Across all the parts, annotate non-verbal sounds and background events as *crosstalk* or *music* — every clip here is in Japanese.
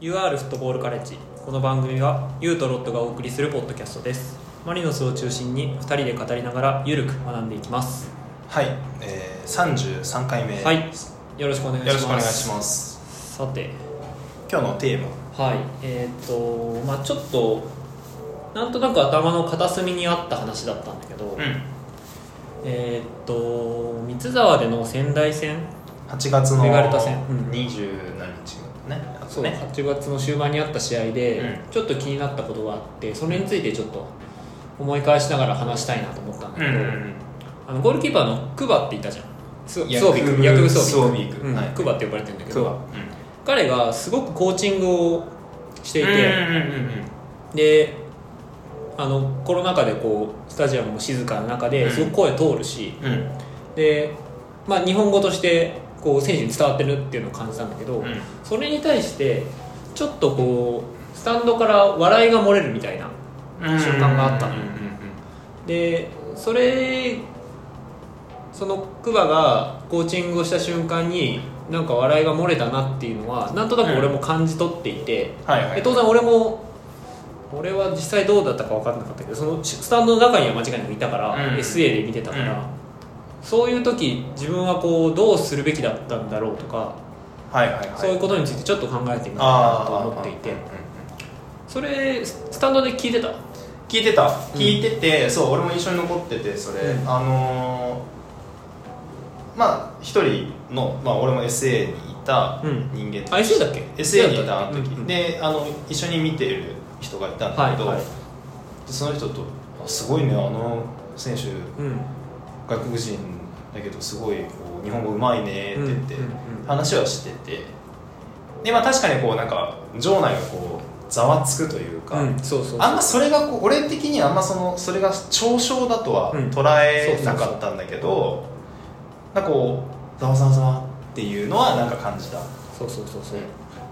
UR フットボールカレッジこの番組はユウとロットがお送りするポッドキャストですマリノスを中心に2人で語りながらゆるく学んでいきますはい、えー、33回目はいよよろしくお願いしますろしくお願いしますさて今日のテーマはいえーっ、とまあちょっとなんとなく頭の片隅にあった話だったんだけど、んえーっ、と三ツ沢での仙台戦8月のメガレタ戦うん20何日だねあとそうね8月の終盤にあった試合で、うちょっと気になったことがあってそれについてちょっと思い返しながら話したいなと思ったんだうけんど、あのゴールキーパーのクバっていたじゃんすヤ装備クブヤクブ装装備備うんはいクバって呼ばれてるんだけ今日はど彼がすごくコーチングをしていて、うであのコロナ禍でこうスタジアムも静かな中うでんすごく声通るし、んうんうんで、まあ、日本語としてこう選手に伝わってるっていうのを感じたんだけど、うんそれに対してちょっとこうスタンドから笑いが漏れるみたいなうん瞬間があったのうんうんでそれそのクバがコーチングをした瞬間になんか笑いが漏れたなっていうのはなんとなく俺も感じ取っていて、うんはいはでい当然俺も俺は実際どうだったか分かんなかったけどそのスタンドの中には間違いなくいたから、うん SA で見てたから、うんそういう時自分はこうどうするべきだったんだろうとか、はいはいはいそういうことについてちょっと考えてみたいなあとあ思っていてうんうんうんそれススタンドで聞いてた聞いてた聞いてて、そう俺も一緒に残っててそれ、うんあのーまあ一人の、まあ、俺も SA にいたうん人間、あ SA だっけ SA にいたあの時、うんうんであの一緒に見てる人がいたんだけど、はいはいでその人と「あすごいねあの選う手ん外国人だけどすごいこう日本語うまいね」って言ってうんうんうん話はしててでまあ確かにこうなんか場内がこうざわつくというか、うんそうそうそうあんまそれがこう俺的にはあんまそのそれが嘲笑だとはうん捉えなかったんだけど、なんかこうざわざわざわっていうのはなんか感じた、そうそうそうそう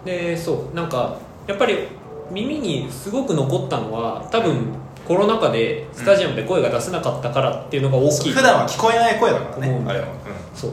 でそうなんかやっぱり耳にすごく残ったのは多分コロナ禍でスタジアムで声が出せなかったからっていうのが大きい、普段は聞こえない声だから思うねあれは、そう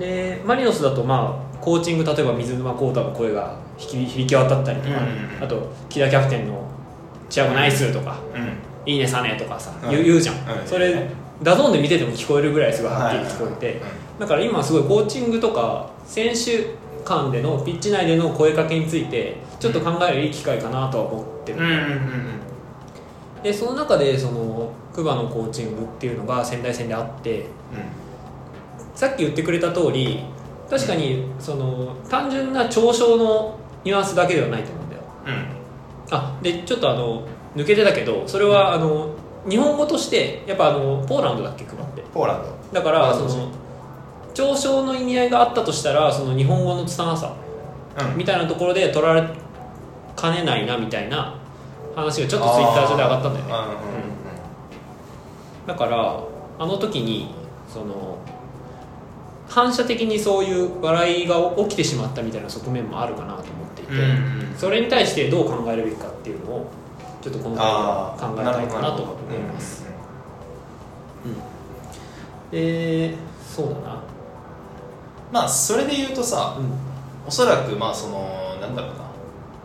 でマリノスだとまあコーチング例えば水沼宏太の声が響き響き渡ったりとか、うんうんうんあと木田キャプテンの「チアゴナイス」とかうん、うん「いいねさね」とかさ、うん言う言うじゃん、うんそれダゾーンで見てても聞こえるぐらいすごいはっきり聞こえて、だから今すごいコーチングとか選手間でのピッチ内での声かけについてちょっと考えるいい機会かなとは思ってうる、んうんうんうんでその中でそのクバのコーチングっていうのが仙台戦であってさっき言ってくれた通り確かにその単純な嘲笑のニュアンスだけではないと思うんだよあでちょっとあの抜けてたけどそれはあの日本語としてやっぱあのポーランドだっけクバってポーランドだからあそそうその嘲笑の意味合いがあったとしたらその日本語の拙さうんみたいなところで取られかねないなみたいな話がちょっとツイッター上で上がったんだよねあーうんうんうんだからあの時にその反射的にそういう笑いが起きてしまったみたいな側面もあるかなと思っていて、うんうんそれに対してどう考えるべきかっていうのをちょっとこの回はあ考ーえたいかなとるほど思います、うんうんでそうだなまあそれで言うとさ、うんおそらくまあそのなんだろうな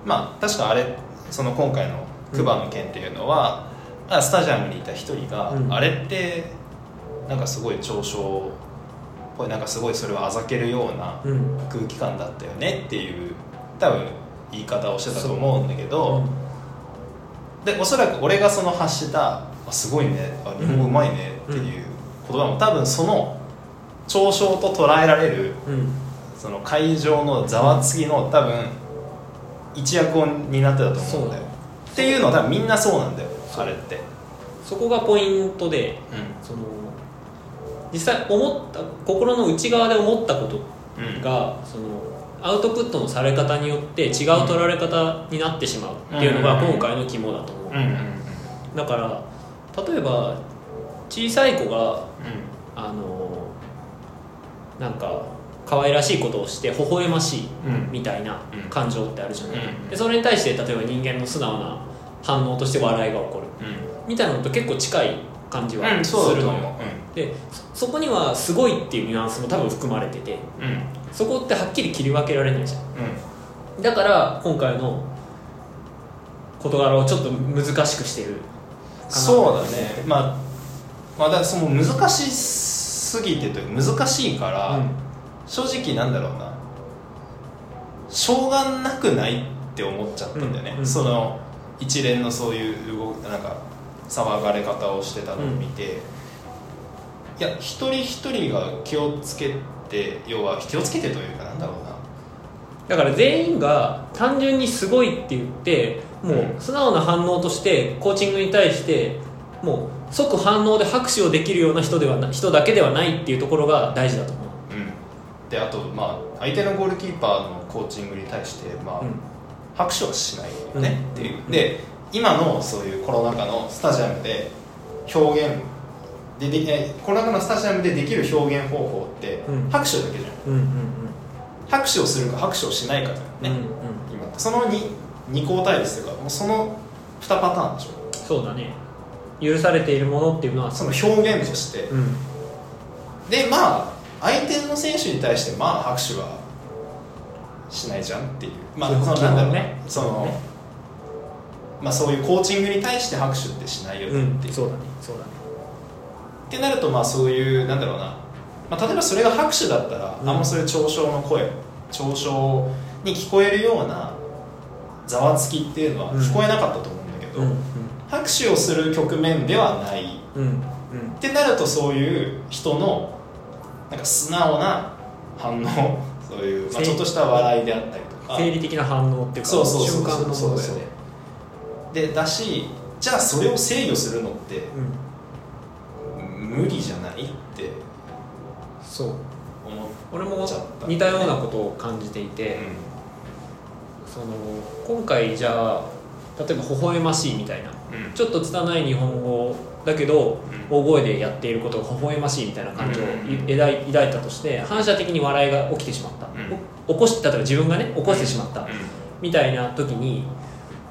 まあ確かあれその今回のクバの件っていうのは、まあスタジアムにいた一人が、うんあれってなんかすごい嘲笑っぽいなんかすごいそれをあざけるようなうん空気感だったよねっていう多分言い方をしてたと思うんだけど、でおそらく俺がその発した「あすごいねあ日本語うまいね」っていう言葉も多分その嘲笑と捉えられるうんうんその会場のざわつきの多分一役を担ってたと思うんだよっていうのは多分みんなそうなんだよあれってそこがポイントでその実際思った心の内側で思ったことうんうんがそのアウトプットのされ方によって違う取られ方になってしまうっていうのがうん今回の肝だと思う、うんうんうんだから例えば小さい子があのなんか可愛らしいことをして微笑ましいうんうんみたいな感情ってあるじゃない、うんでそれに対して例えば人間の素直な反応として笑いが起こるみたいなのと結構近い感じはうんうんすそうだるとのよ、思うでそそこには「すごい」っていうニュアンスも多分含まれててうんうんそこってはっきり切り分けられないじゃんうんだから今回の事柄をちょっと難しくしてるそうだねまあまあだからその難しすぎてというか難しいから、うん正直なんだろうなしょうがなくないって思っちゃったんだよね、うんうんその一連のそういう動なんか騒がれ方をしてたのを見て、いや一人一人が気をつけて要は気をつけてというかなんだろうなだから全員が単純にすごいって言ってもう素直な反応としてコーチングに対してもう即反応で拍手をできるような人ではな人だけではないっていうところが大事だと思う、うん、であと、まあ、相手のゴールキーパーのコーチングに対して、まあうん拍手はしないよねうんっていう、うんで今のそういうコロナ禍のスタジアムで表現でできないコロナ禍のスタジアムでできる表現方法ってうん拍手だけじゃんうんうん拍手をするか拍手をしないかだようんうね、んうん今その 2, 二項対立というかもうその2パターンでしょそうだね許されているものっていうのはその表現としてうんでまあ相手の選手に対してまあ拍手はしないじゃんっていうまあそういうその基本なんだろうねねそのねまあそういうコーチングに対して拍手ってしないよねっていう、そっうだねそうだねてなるとまあそういうなんだろうな、まあ、例えばそれが拍手だったら、うんあんまそれ嘲笑の声嘲笑に聞こえるようなざわつきっていうのはうん聞こえなかったと思うんだけど、拍手をする局面ではないうんうんってなるとそういう人のなんか素直な反応そういう、ませあ、いちょっとした笑いであったりとか生理的な反応っていうかそうそうそ瞬う間のそものうだよそうねでだしじゃあそれを制御するのってうん無理じゃないってそう思っ俺もちゃった似たようなことを感じていて、て、その今回じゃあ例えば「微笑ましい」みたいなうんちょっと拙い日本語だけど大声でやっていることが微笑ましいみたいな感情をいうん抱い抱いたとして反射的に笑いが起きてしまった、うんお起こし例えば自分がね起こしてしまった、みたいな時に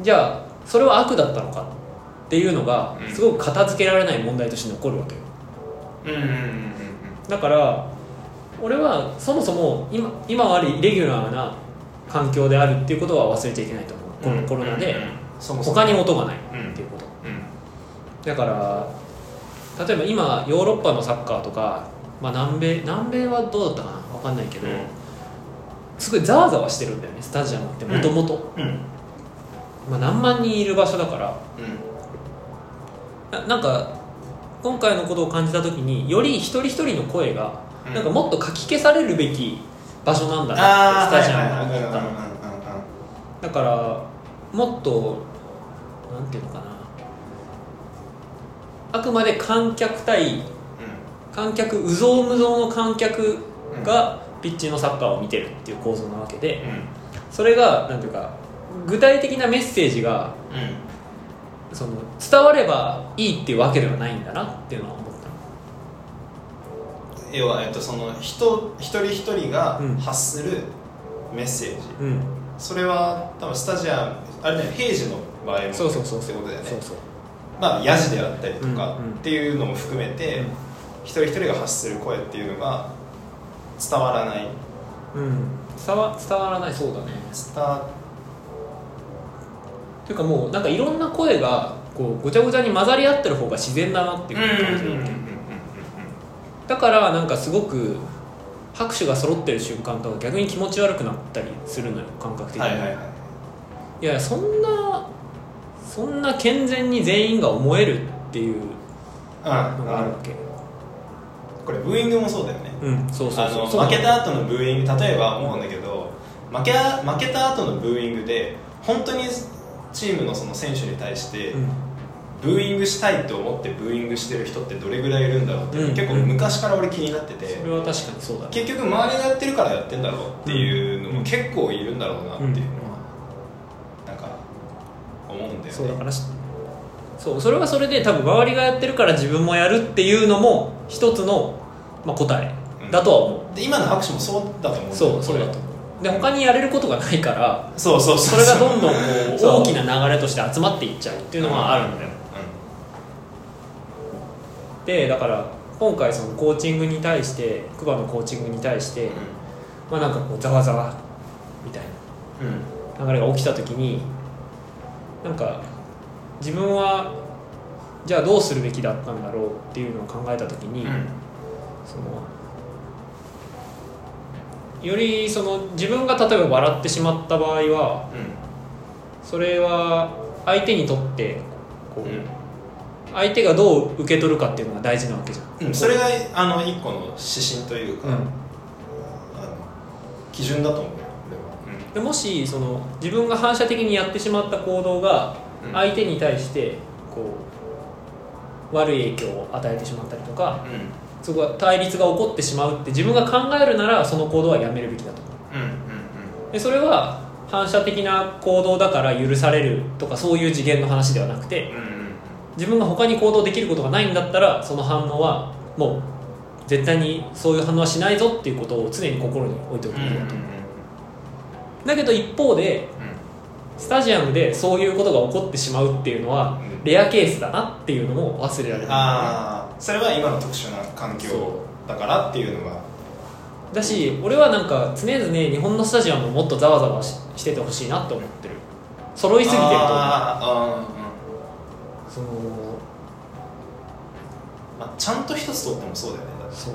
じゃあそれは悪だったのかっていうのがうんすごく片付けられない問題として残るわけようんうんうんうんうんだから俺はそもそも今今はレギュラーな環境であるっていうことは忘れちゃいけないと思うこのコロナでうんうんうんそもそも他に音がないうんっていうことうんだから例えば今ヨーロッパのサッカーとか、まあ、南米南米はどうだったかな分かんないけど、すごいざわざわしてるんだよねスタジアムってもともとうんうん何万人いる場所だからななんか今回のことを感じた時により一人一人の声がうんなんかもっとかき消されるべき場所なんだなあっあてスタジアムが思ったの、のだからもっとなんていうのかなあくまで観客対観客うぞうむぞうの観客がピッチのサッカーを見てるっていう構造なわけでそれがなんていうか具体的なメッセージがその伝わればいいっていうわけではないんだなっていうのは思ったの要は、えっと、その人一人一人がうん発するメッセージ、うんそれは多分スタジアムあれだよね平時の場合もそうそうそうっそてうことだよねそうそうまあヤジであったりとかうんうんっていうのも含めて、うん一人一人が発する声っていうのが伝わらないうん伝わ伝わらないそうだね伝わというかもうなんかいろんな声がこうごちゃごちゃに混ざり合ってる方が自然だなっていう感じだっただからなんかすごく拍手が揃ってる瞬間とか逆に気持ち悪くなったりするのよ感覚的に、はいはいい、はいやいやそんなそんな健全に全員が思えるっていうのがあるわけうんこれブーイングもそうだよねうんそうそうあそうのそう負けた後のブーイング例えば思うんだけど負け負けた後のブーイングで本当にチームのその選手に対してうんブーイングしたいと思ってブーイングしてる人ってどれぐらいいるんだろうって、うん結構昔から俺気になってて、それは確かにそうだね結局周りがやってるからやってんだろうっていうのも結構いるんだろうなっていうのは、なんか思うんだよそうだねからしそうそれはそれで多分周りがやってるから自分もやるっていうのも一つの、まあ、答えだとは思う、で今の拍手もそうだと思うんだよそうそこうれだと思うで他にやれることがないからそう *laughs* そうそそうれがどんどんこうそう大きな流れとして集まっていっちゃうっていうのはあるんだよでだから今回そのコーチングに対してクバのコーチングに対して、まあなんかこうざわざわみたいなうんうん流れが起きた時になんか自分はじゃあどうするべきだったんだろうっていうのを考えた時に、そのよりその自分が例えば笑ってしまった場合はそれは相手にとってこう、相手がどう受け取るかっていうのが大事なわけじゃん、うんそれがあの一個の指針というか、うんあの基準だと思うよ俺は、でもしその自分が反射的にやってしまった行動がうん相手に対してこう悪い影響を与えてしまったりとかうんうんそこは対立が起こってしまうって自分が考えるならその行動はやめるべきだとうんでそれは反射的な行動だから許されるとかそういう次元の話ではなくてうんうんうん自分が他に行動できることがないんだったらその反応はもう絶対にそういう反応はしないぞっていうことを常に心に置いておくうべんきうんうんだと、だけど一方でスタジアムでそういうことが起こってしまうっていうのはうんレアケースだなっていうのも忘れられないああそれは今の特殊な環境だからっていうのがだし俺はなんか常々日本のスタジアムをもっとざわざわししててほしいなって思ってる揃いすぎてると思うあーそのうんうんまあ、ちゃんと一つ取ってもそうだよねだってそう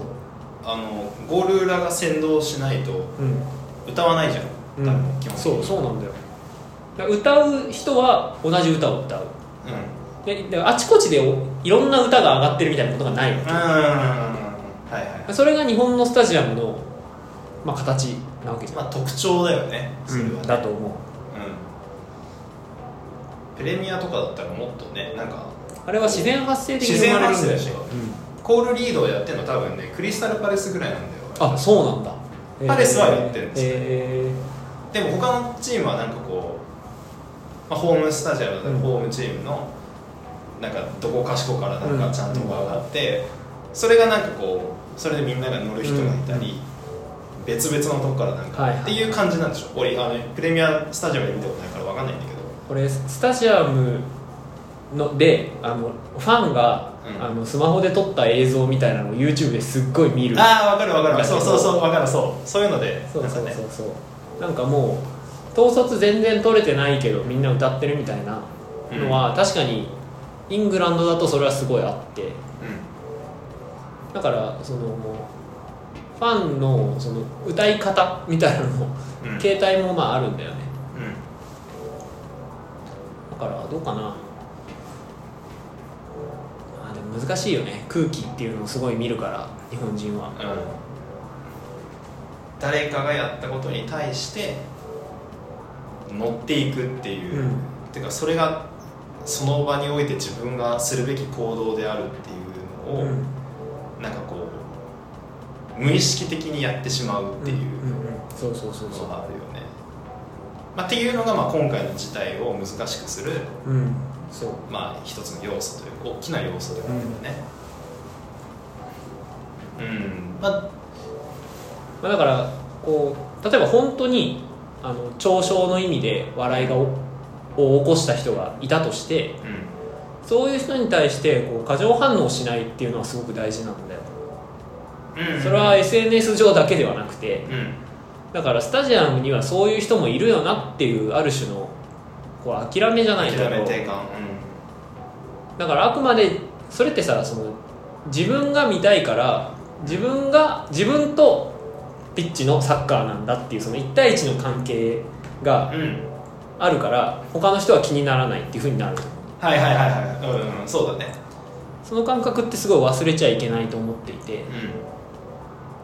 あのゴール裏が先導しないとうん歌わないじゃん、うん多分基本的にそうそうなんだよだから歌う人は同じ歌を歌ううんうんでであちこちでおいろんな歌が上がってるみたいなことがないわけはいはそれが日本のスタジアムの、まあ、形なわけじいゃん、まあ特徴だよねそれはね、だと思ううんプレミアとかだったらもっとねなんかあれは自然発生的に生まれるんだよ自然発生でしょうんコールリードをやってるの多分ねクリスタルパレスぐらいなんだよあそうなんだパレスはやってるんですよえでも他のチームはなんかこう、まあ、ホームスタジアムだったらうんホームチームのなんかどこかしこからなんうんかちゃんと上がって、それがなんかこうそれでみんなが乗る人がいたり、別々のとこからなんか、はいはいっていう感じなんでしょ俺あのプレミアスタジアムで見たことないからわかんないんだけどーこれスタジアムのであのファンが、うんあのスマホで撮った映像みたいなのを YouTube ですっごい見るああわかるわかわかるるそうそうそうわかるそうそういうのでそうそうなんかそねうそうなんかもう統率全然取れてないけどみんな歌ってるみたいなのは、確かにイングランドだとそれはすごいあってだからそのもうファンのその歌い方みたいなのもうんうん携帯もまああるんだよねうんだからどうかなあでも難しいよね空気っていうのをすごい見るから日本人はうん誰かがやったことに対して乗っていくっていう、うんてかそれがその場において自分がするべき行動であるっていうのを、なんかこう無意識的にやってしまうっていううんうんうんそうそうそうのそがあるよね、まあ、っていうのがまあ今回の事態を難しくする、ううんそうまあ、一つの要素という大きな要素ではあるよねうん、まあまあ、だからこう例えば本当にあの嘲笑の意味で笑いがおを起こした人がいたとしてうんそういう人に対してこう過剰反応しないっていうのはすごく大事なんだようんそれは SNS 上だけではなくてうんだからスタジアムにはそういう人もいるよなっていうある種のこう諦めじゃないけど諦め定感だからあくまでそれってさその自分が見たいから自分が自分とピッチのサッカーなんだっていうその1対1の関係がうん、うん、あるから他の人は気にならないっていうふうになるとはいはいはいはいうん、うん、そうだねその感覚ってすごい忘れちゃいけないと思っていてうん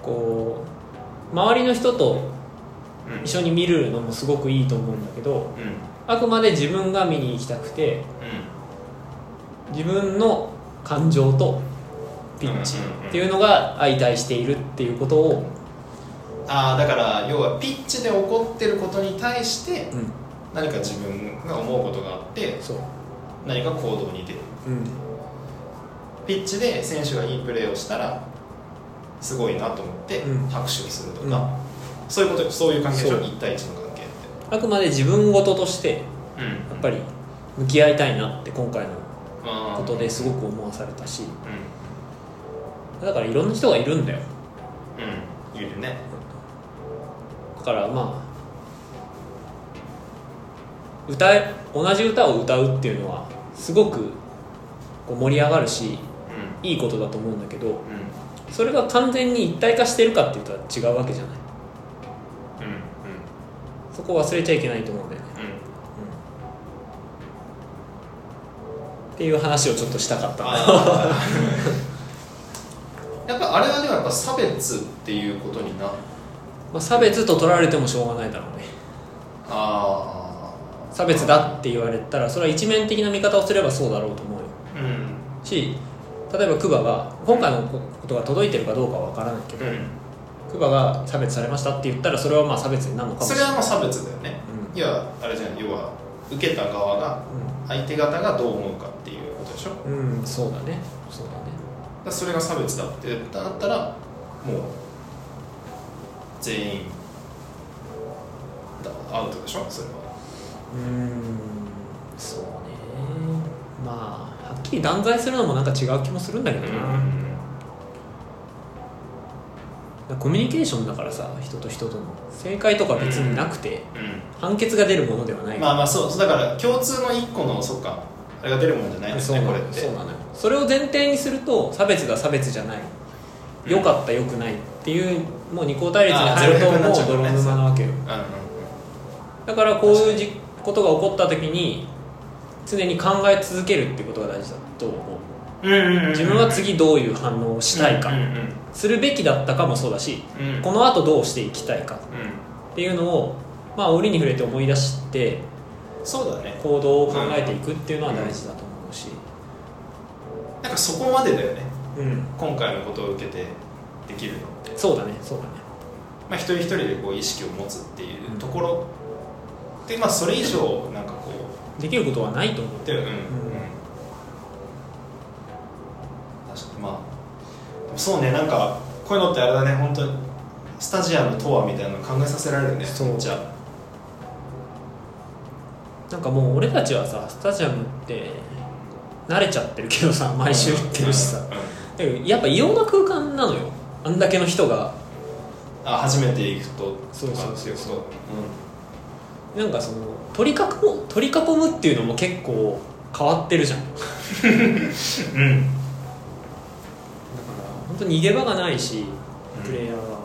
こう周りの人とうん一緒に見るのもすごくいいと思うんだけどうんあくまで自分が見に行きたくて自分の感情とピッチっていうのが相対しているっていうことを、うんああだから要はピッチで起こってることに対してうん、何か自分が思うことがあってそう、何か行動に出るうん、ピッチで選手がいいプレーをしたらすごいなと思ってうん拍手をするとか、そういうことよそういう関係でしょそう1対1の関係っあくまで自分事としてやてうんっぱり向き合いたいなって今回のまあことですごく思わされたしうだからいろんな人がいるんだよんうんいるねだからまあ歌え同じ歌を歌うっていうのはすごくこう盛り上がるしいいことだと思うんだけどうんそれが完全に一体化してるかっていうとは違うわけじゃないうんうんそこを忘れちゃいけないと思うんだよね、うんっていう話をちょっとしたかったあー *laughs* やっぱあれはでもやっぱ差別っていうことになまあ、差別と取られてもしょうがないだろうねあー差別だって言われたらそれは一面的な見方をすればそうだろうと思うようんし例えばクバが今回のことが届いてるかどうかは分からないけど、うんクバが差別されましたって言ったらそれはまあ差別になるのかもしれそれないはまあ差別だよね、ういやあれじゃん要は受けた側が相手方がどう思うかっていうことでしょだかうん、うんそうだねそうだねらそれが差別だってなったらもう全員だアウトでしょそれはうーんそうねまあはっきり断罪するのもなんか違う気もするんだけどな、コミュニケーションだからさ人と人との正解とか別になくて、うん判決が出るものではないまあまあそうそうだから共通の一個のそっかあれが出るもんじゃないですそうねなこのれっよてそうなのよそれを前提にすると差別だ差別じゃないうん良かった良くないっていうもう二項対立に入るあとーゼロ百になもっちゃううからね泥沼なわけようんうんだからこういうじことが起こった時に常に考え続けるってことが大事だと思ううんうんうん自分は次どういう反応をしたいかうんうんするべきだったかもそうだしうんうんこの後どうしていきたいかうんっていうのをまあ折に触れて思い出してそうだね行動を考えていくっていうのは大事だと思うしなんかそこまでだよねうん今回のことを受けてできるのって、そうだねそうだねまあ、一人一人でこう意識を持つっていうところ、でまあそれ以上なんかこうできることはないと思うでうん、うんうん確かにまあでもそうねなんかこういうのってあれだね本当にスタジアムとはみたいなの考えさせられるねそうめっちゃなんかもう俺たちはさスタジアムって慣れちゃってるけどさ毎週行ってるしうさんうんでもやっぱ異様な空間なのよあんだけの人があ初めて行くとそうとかそうっていことなんかその取り囲む取り囲むっていうのも結構変わってるじゃんだかうん、うんら本当に逃げ場がないしうんプレイヤーは、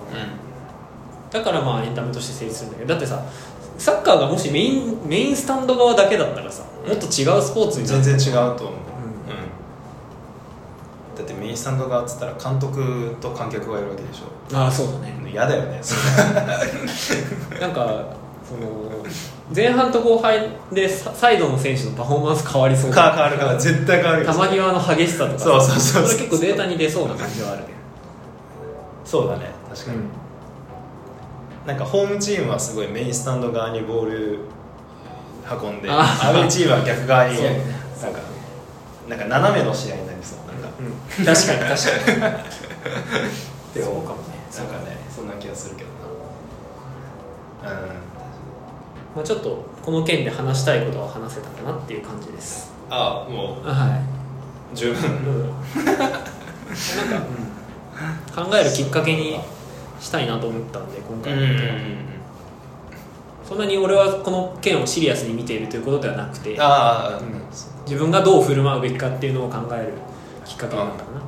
だからまあエンタメとして成立するんだけどだってさサッカーがもしメインメインスタンド側だけだったらさもっと違うスポーツになる全然違うと思う、うんだってメインスタンド側っつったら監督と観客がいるわけでしょああそうだね嫌だよねそなんかその前半と後半でササイドの選手のパフォーマンス変わりそうれだか変わるから絶対変わるよ球際の激しさとかそうそうそうそうれ結構データに出そうな感じはあるね、そうだね確かに、なんかホームチームはすごいメインスタンド側にボール運んであアウェーチームは逆側にそうねなんかなんか斜めの試合になりそうなんかうん確かに確かにでもそうかもねなんかねそんな気がするけどなうんまあ、ちょっとこの件で話したいことは話せたかなっていう感じですああもはう十い、分なんか、考えるきっかけにしたいなと思ったんで今回のことは、そんなに俺はこの件をシリアスに見ているということではなくてあうあ、んそう自分がどう振る舞うべきかっていうのを考えるきっかけになったかな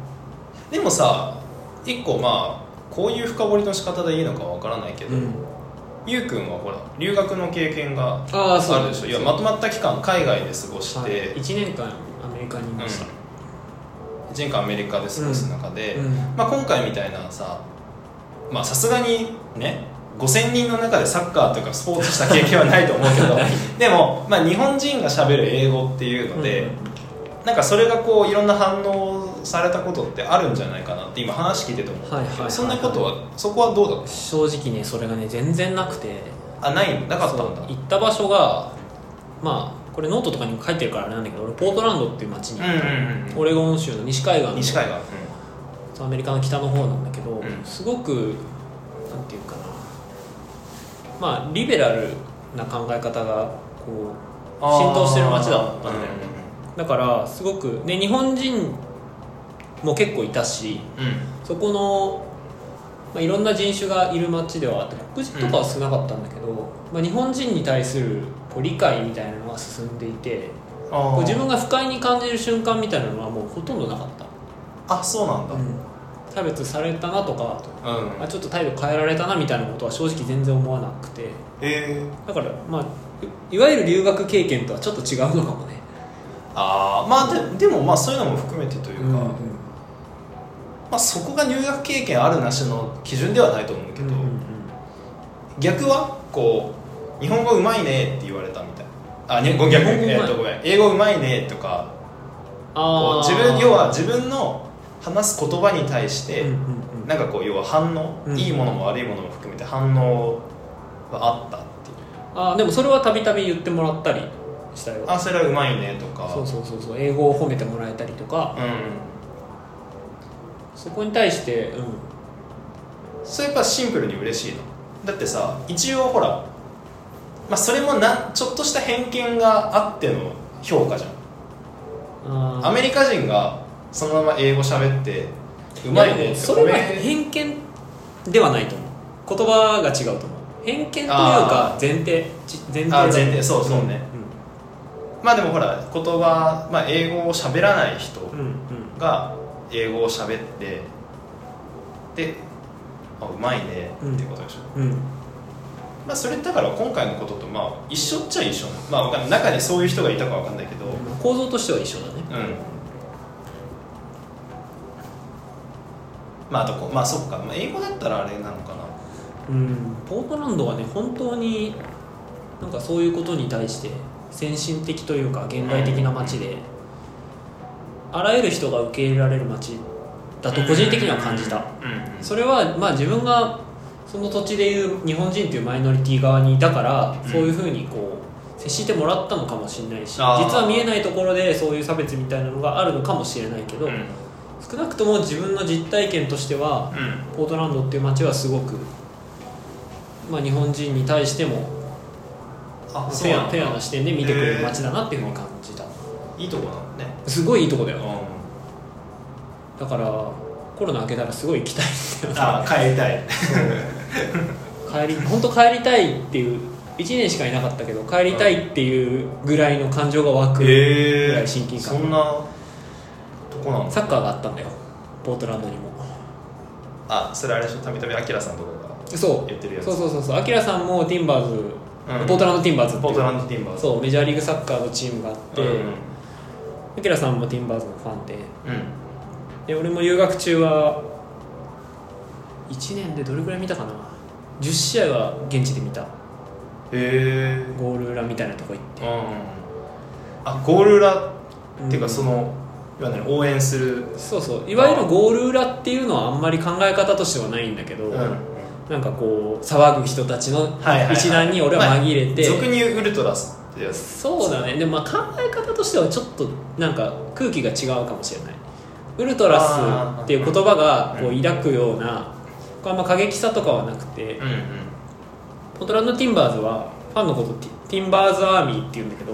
でもさ一個まあこういう深掘りの仕方でいいのかわからないけど、ゆうくんはほら留学の経験がああそうあるでしょいやまとまった期間海外で過ごして、はい、1年間アメリカにいました、うん、1年間アメリカで過ごす中で、うんまあ、今回みたいなさまあさすがにね5000人の中でサッカーとかスポーツした経験はないと思う *laughs* けどでも、まあ、日本人がしゃべる英語っていうので、なんかそれがこういろんな反応されたことってあるんじゃないかなって今話聞いてて思う、はいはいはいはいそんなことはそこはどうだった正直ねそれがね全然なくてあないなかったんだ行った場所がまあこれノートとかにも書いてるからあれなんだけど俺ポートランドっていう町に、オレゴン州の西海岸の西海岸、そうアメリカの北の方なんだけど、うんすごくなんていうかなまあリベラルな考え方がこう浸透してる街だったんだよねだからすごくで日本人も結構いたしうんうんそこの、まあ、いろんな人種がいる町ではあって黒人とかは少なかったんだけど、まあ、日本人に対するこう理解みたいなのが進んでいてあこうー自分が不快に感じる瞬間みたいなのはもうほとんどなかった、あそうなんだうん、差別されたなとかあちょっと態度変えられたなみたいなことは正直全然思わなくてえー、だからまあいいわゆる留学経験とはちょっと違うのかもねあーまあででもまあそういうのも含めてというか、うんまあ、そこが入学経験あるなしの基準ではないと思うけど、うんうん逆はこう日本語うまいねって言われたみたいあにご逆日本語うまいえっとごめん英語うまいねとかこあうー自分要は自分の話す言葉に対して、うんうんうんなんかこう要は反応、うんいいものも悪いものも含めて反応があったっていうあーでもそれはたびたび言ってもらったりしたよあそれはうまいねとかそうそうそうそう英語を褒めてもらえたりとかうんそこに対して、うん、それやっぱシンプルに嬉しいのだってさ一応ほら、まあ、それもなちょっとした偏見があっての評価じゃんあーアメリカ人がそのまま英語喋ってうまいでねもってそれはめ偏見ではないと思う言葉が違うと思う偏見というかあー前提ち前提あー前提そうそうねうまあでもほら言葉、まあ、英語を喋らない人んうんうんが英語を喋ってであうまいねってことでしょ、うんうんまあ、それだから今回のこととまあ一緒っちゃ一緒なのまあわかんない中にそういう人がいたかわかんないけどうん構造としては一緒だねまああとこまあそっか、まあ、英語だったらあれなのかなうんポートランドはね本当になんかそういうことに対して先進的というか現代的な街であらゆる人が受け入れられる街だと個人的には感じたうんうんそれはまあ自分がその土地でいう日本人というマイノリティ側にいたからうんそういうふうにこう接してもらったのかもしれないし実あーは見えないところでそういう差別みたいなのがあるのかもしれないけどうん少なくとも自分の実体験としてはうんポートランドっていう街はすごく、まあ、日本人に対してもあフェアフェアな視点で見てくれる街だだなっていうふうに感じたいいとこなのねすごいいいとこだうよんだからコロナ明けたらすごい行きたいんだよあ帰りたいな帰り本当帰りたいっていう1年しかいなかったけど帰りたいっていうぐらいの感情が湧く *laughs* ぐらい親近そ感、んなとこなのサッカーがあったんだよポートランドにもあそれあれでしょたびたびアキラさんとかそう言ってるやつそうそうそうそうアキラさんもティンバーズ、うんポートランドティンバーズっていがポうートランドティンバーズそうメジャーリーグサッカーのチームがあって、うんアキラさんもティンバーズのファンでうんで俺も留学中は1年でどれぐらい見たかな10試合は現地で見たへえゴール裏みたいなとこ行っうんあゴール裏っていううかんそのいわゆる応援するてそうそういわゆるゴール裏っていうのはあんまり考え方としてはないんだけど、なんかこう騒ぐ人たちのはいはいはい一団に俺は紛れて、俗に言うウルトラスってやつそうだねでもまあ考え方としてはちょっとなんか空気が違うかもしれないウルトラスっていう言葉がこう抱くようなこれあんま過激さとかはなくて、うんうんポートランド・ティンバーズはファンのことティティンバーズ・アーミーって言うんだけど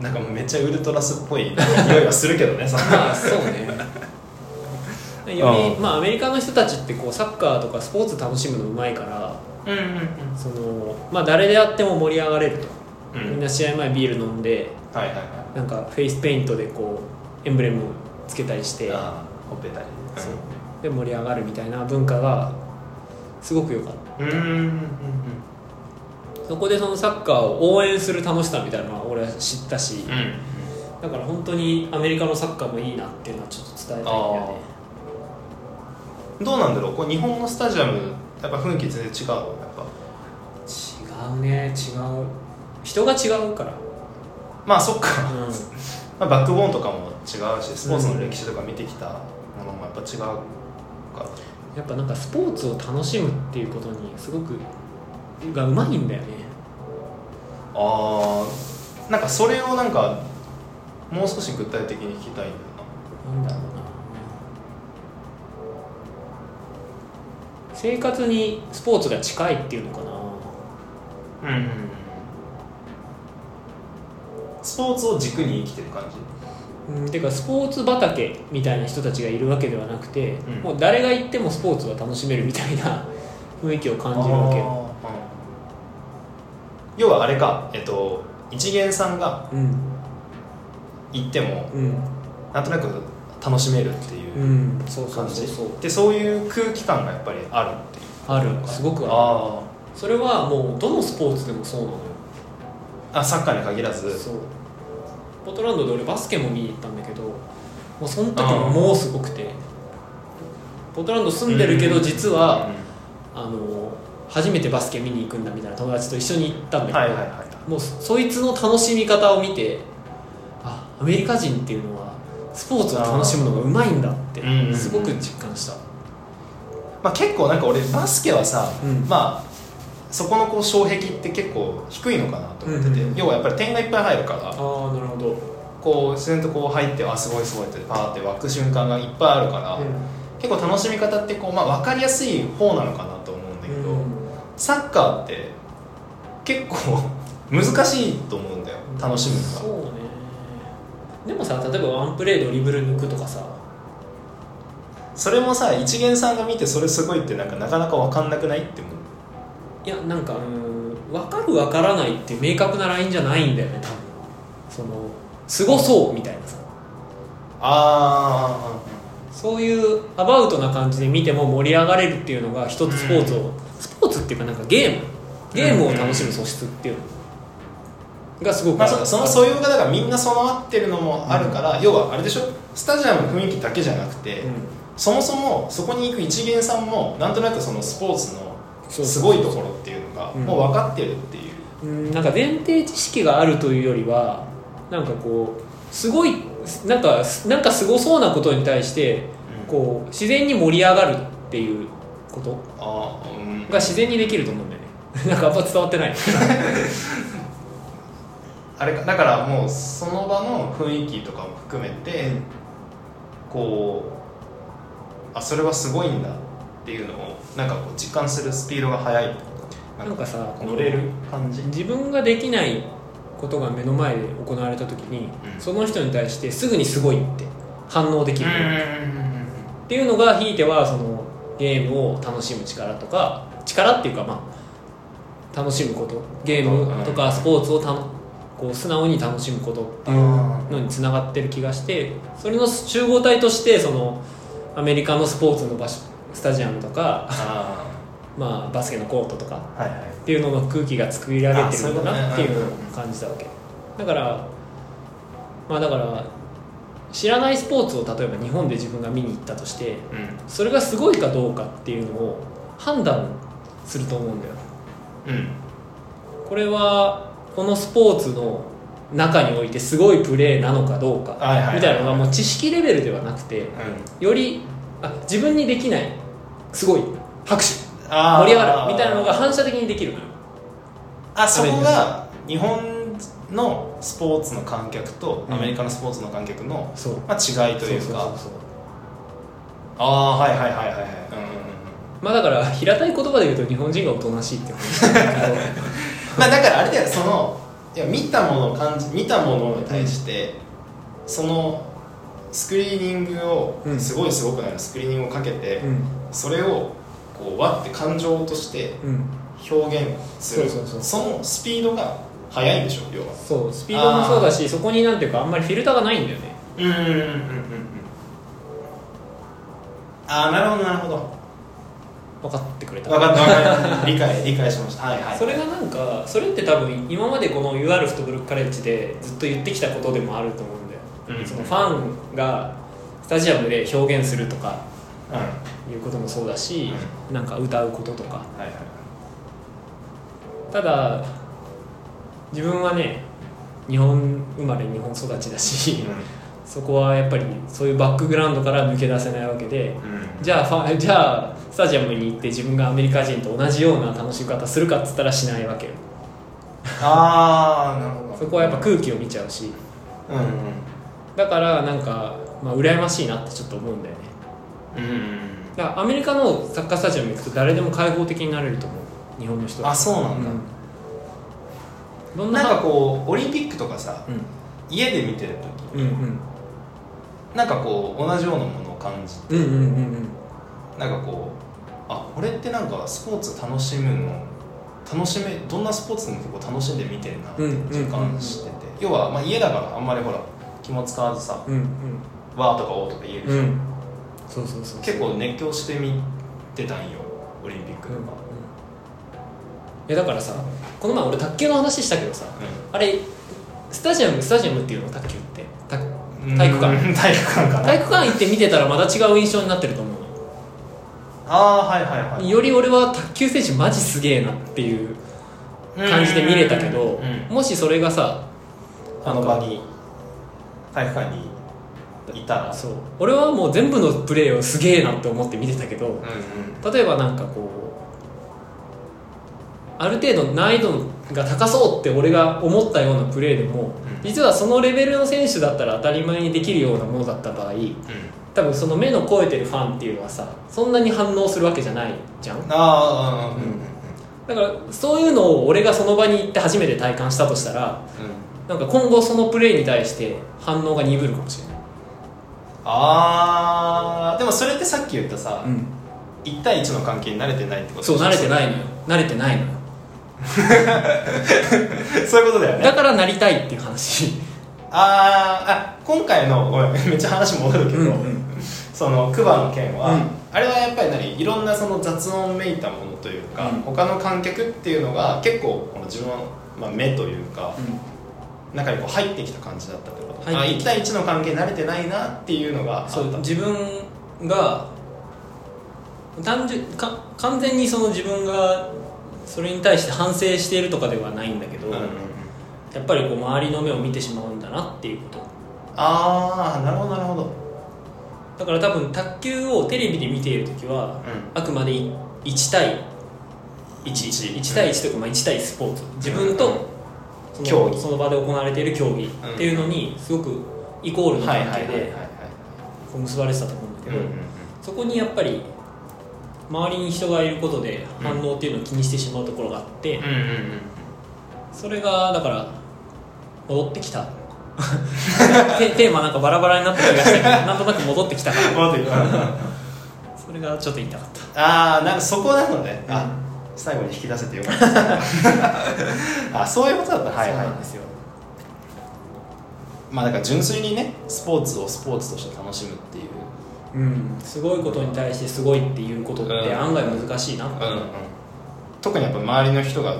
なんかもうめっちゃウルトラスっぽい匂いはするけどねそのまあそうねより、うまあ、アメリカの人たちってこうサッカーとかスポーツ楽しむのうまいからうんうんその、まあ、誰であっても盛り上がれると、うんみうんんな試合前ビール飲んではいはいはいなんかフェイスペイントでこうエンブレムつけたりしてあーほっぺたりそうで盛り上がるみたいな文化がすごく良かっうんうんうんうんたそこでそのサッカーを応援する楽しさみたいなのは俺は知ったし、うんだから本当にアメリカのサッカーもいいなっていうのはちょっと伝えたいんだよねどうなんだろうこう日本のスタジアムやっぱ雰囲気全然違うやっぱ違うね違う人が違うから、まあそっか、うんまあ、バックボーンとかも違うしスポーツの歴史とか見てきたものもやっぱ違うか、やっぱなんかスポーツを楽しむっていうことにすごくがうまいんだよねああーなんかそれをなんかもう少し具体的に聞きたいんだよなんだろうな生活にスポーツが近いっていうのかななうんスポーツを軸に生きてる感じうんてかスポーツ畑みたいな人たちがいるわけではなくて、うんもう誰が行ってもスポーツは楽しめるみたいな *laughs* 雰囲気を感じるわけよあーうん要はあれかえっと一元さんがうん行ってもうんなんとなく楽しめるっていううんそうそ感うじ、そうそうでそういう空気感がやっぱりあるっていうあるすごくあるあそれはもうどのスポーツでもそうなのよーあサッカーに限らずそうポートランドで俺バスケも見に行ったんだけどもうその時ももうすごくてポートランド住んでるけどうん実は、あの初めてバスケ見に行くんだみたいな友達と一緒に行ったんだうけんど、はいはいはいもうそいつの楽しみ方を見てあアメリカ人っていうのはスポーツを楽しむのがうまいんだってうんうんうんすごく実感した、まあ、結構なんか俺バスケはさ、うんまあそこのこう障壁って結構低いのかなと思ってて、うんうん要はやっぱり点がいっぱい入るからああなるほど、こう自然とこう入ってあすごいすごいってパーって湧く瞬間がいっぱいあるから、結構楽しみ方ってこう、まあ、分かりやすい方なのかなと思うんだけど、サッカーって結構難しいと思うんだよ楽しむそのがうねでもさ例えばワンプレードリブル抜くとかさそれもさ一元さんが見てそれすごいってなんかなかなか分かんなくないって思ういやなんかうん分かる分からないって明確なラインじゃないんだよね多分そのすごそうみたいなさあそういうアバウトな感じで見ても盛り上がれるっていうのが一つスポーツを、スポーツっていうかなんかゲームゲームを楽しむ素質っていうのがすごあくまあそうそのう素養がだからみんな備わってるのもあるから、要はあれでしょスタジアムの雰囲気だけじゃなくて、そもそもそこに行く一元さんもなんとなくそのスポーツそのうすごいところっていうのがうんもう分かってるっていう、うんなんか前提知識があるというよりはなんかこうすごいなんかなんかすごそうなことに対してこう自然に盛り上がるっていうことあーうんが自然にできると思うんだよね *laughs* なんかあんま伝わってないあれかだからもうその場の雰囲気とかも含めて、こうあそれはすごいんだっていうのをなんかこう実感するスピードが速いなんかさ乗れる感じ自分ができないことが目の前で行われた時に、うんその人に対してすぐにすごいって反応できる、うっていうのがひいてはそのゲームを楽しむ力とか力っていうかまあ楽しむことゲームとかスポーツをたのこう素直に楽しむことっていうんのにつながってる気がしてそれの集合体としてそのアメリカのスポーツの場所スタジアムとか、あまあ、バスケのコートとかーはいはいっていうのの空気が作りられてるんだなあっそてういいうことうねのを感じたわけだからまあだから知らないスポーツを例えば日本で自分が見に行ったとしてそれがすごいかどうかっていうのを判断すると思うんだようんうんこれはこのスポーツの中においてすごいプレーなのかどうかはいはいはいみたいなのがもう知識レベルではなくてうんよりあ自分にできないすごい拍手あー盛り上がるみたいなのが反射的にできるのよあそこが日本のスポーツの観客とアメリカのスポーツの観客の、そうまあ、違いといそうそううかそうそうああーはいはいはいはいはいうんうんうんまあだから平たい言葉で言うと日本人がおとなしいって話なんだまあだからあれだよそのいや見たものを感じ見たものに対して、そのスクリーニングを、うんすごいすごくなるスクリーニングをかけて、けど *laughs* うんそれをこうわって感情としてうん表現するそうそうそうのスピードが速いんでしょ要はそうスピードもそうだしそこになんていうかあんまりフィルターがないんだよねうんうんうんうんうんああなるほどなるほど分かってくれた分かった分かった理解理解しましたはいはいそれがなんかそれって多分今までこの UR フットブルックカレッジでずっと言ってきたことでもあると思うんだよ、うんそのファンがスタジアムで表現するとかうんはいいうこともそうだし、なんか歌うこととかはいはいただ自分はね日本生まれ日本育ちだしそこはやっぱりそういうバックグラウンドから抜け出せないわけでうんうんじゃあファン *laughs* じゃあスタジアムに行って自分がアメリカ人と同じような楽しみ方するかっつったらしないわけよああなるほどそこはやっぱ空気を見ちゃうしうんうんだからなんか、まあ、羨ましいなってちょっと思うんだよねうんだからアメリカのサッカースタジアム行くと誰でも開放的になれると思う日本の人あそうなんだ、うんどんななんかこうオリンピックとかさうん家で見てるう時んうんなんかこう同じようなものを感じうんうんうんうんなんかこうあこれってなんかスポーツ楽しむの楽しめどんなスポーツでも結構楽しんで見てるなってうん実感してて、要は、まあ、家だからあんまりほら気も使わずさうんうん「わ」とか「お」とか言えるじうゃ、んんそうそうそう結構熱狂して見てたんよオリンピックとうんかうん、いやだからさこの前俺卓球の話したけどさあれスタジアムスタジアムっていうの卓球ってたうん体育館うん *laughs* 体育館かな体育館行って見てたらまた違う印象になってると思うのああはいはいはいより俺は卓球選手マジすげえなっていう感じで見れたけど、うんうんもしそれがさあの場に体育館にいたらそう俺はもう全部のプレーをすげえなって思って見てたけどうんうん例えばなんかこうある程度難易度が高そうって俺が思ったようなプレーでもうん実はそのレベルの選手だったら当たり前にできるようなものだった場合多分その目の超えてるファンっていうのはさそんなに反応するわけじゃないじゃんああうんうんだからそういうのを俺がその場に行って初めて体感したとしたらうんなんか今後そのプレーに対して反応が鈍るかもしれない、あーでもそれってさっき言ったさ、ん、 1対1の関係に慣れてないってことそう慣れていないのよ慣れてないのよそういうことだよねだからなりたいっていう話あーあ今回のごめんめっちゃ話戻るけど、うんうんそのクバの件は、うんあれはやっぱり何いろんなその雑音めいたものというか、うん他の観客っていうのが結構この自分の、まあ、目というか、中にこう入ってきた感じだったってこと、あ入って1き対1の関係慣れてないなっていうのがあったそう自分が単純か完全にその自分がそれに対して反省しているとかではないんだけど、うんうんうんやっぱりこう周りの目を見てしまうんだなっていうことああなるほどなるほど、だから多分卓球をテレビで見ている時はうあくまでい1対一11対1というかまあ1対スポーツ自分うんとその競技その場で行われている競技っていうのにすごくイコールのは関いはい係はいはいでこう結ばれてたと思うんだけうんど、うんうんそこにやっぱり周りに人がいることで反応っていうのを気にしてしまうところがあって、うんうんうんそれがだから戻ってきた *laughs* テテーマなんかバラバラになった気がした *laughs* けどなんとなく戻ってきたから待ってそれがちょっと言いたかったああなんかそこなのね、あ最後に引き出せてよかった *laughs* ですねあそういうことだったはいそうはいなんですよまあだから純粋にねスポーツをスポーツとして楽しむっていううんすごいことに対してすごいっていうことって案外難しいな、うんうん特にやっぱ周りの人が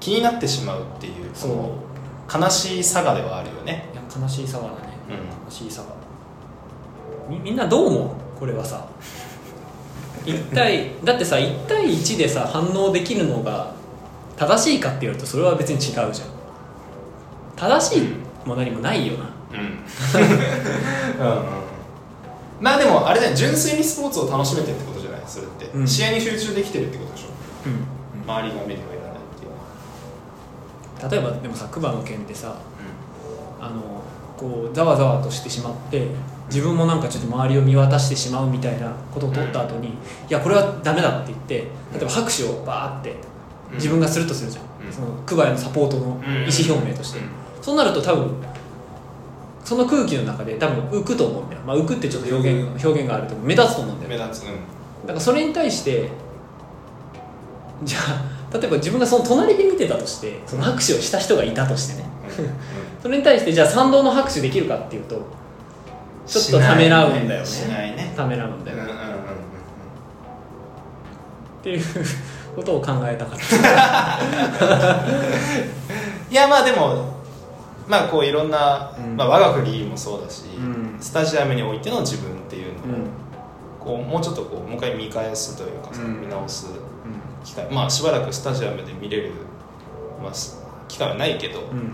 気になってしまうっていうそそうの悲しいさがではあるよねいや悲しいさがだねうん悲しいさがみみんなどう思うこれは *laughs* さ1対だってさ1対1でさ反応できるのが正しいかって言われるとそれは別に違うじゃん正しいも何もないよなうんうんうんまあでもあれだよ純粋にスポーツを楽しめてるってことじゃないそれって、うん試合に集中できてるってことでしょうん周りが目にはいらないっていうのは例えばでもさ熊の件でさあのこうざわざわとしてしまって自分もなんかちょっと周りを見渡してしまうみたいなことを取った後に、いやこれはダメだって言って例えば拍手をバーってうん自分がするとするじゃん、うんそのクバへのサポートのうん意思表明として、うんそうなると多分その空気の中で多分浮くと思うんだよ、まあ、浮くってちょっと表現,、うん表現があると思う目立つと思うんだよ目立つうんだからそれに対してじゃあ例えば自分がその隣で見てたとしてその拍手をした人がいたとしてねそれに対してじゃあ賛同の拍手できるかっていうと *laughs* ちょっとためらうんだよねしないねためらうんだよ、うんうんうんうんっていうことを考えたかっいやまあでもまあこういろんな、うんまあ、我が国もそうだし、うんスタジアムにおいての自分っていうのをた、、うんこうもうちょっとこうもう一回見返すというか、うん見直す機会まあしばらくスタジアムで見れる、まあ、す機会はないけど、うんうん、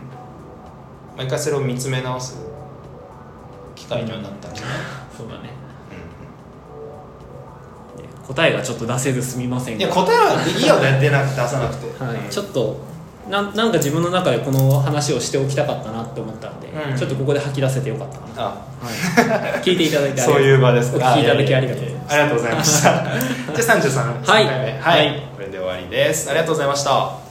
毎回それを見つめ直す機会にはなったんじゃない、そうだねう答えがちょっと出せずすみませんんがいや答えはいいよね出なく出さなくて、はいうんちょっとなんなんか自分の中でこの話をしておきたかったなって思ったんで、うんちょっとここで吐き出せてよかったかな、あはい、聞いていただいてありそういう場ですお聞きいただきありがとうございます *laughs* ありがとうございました。じゃあ33はい回目ははいい、これで終わりです。ありがとうございました。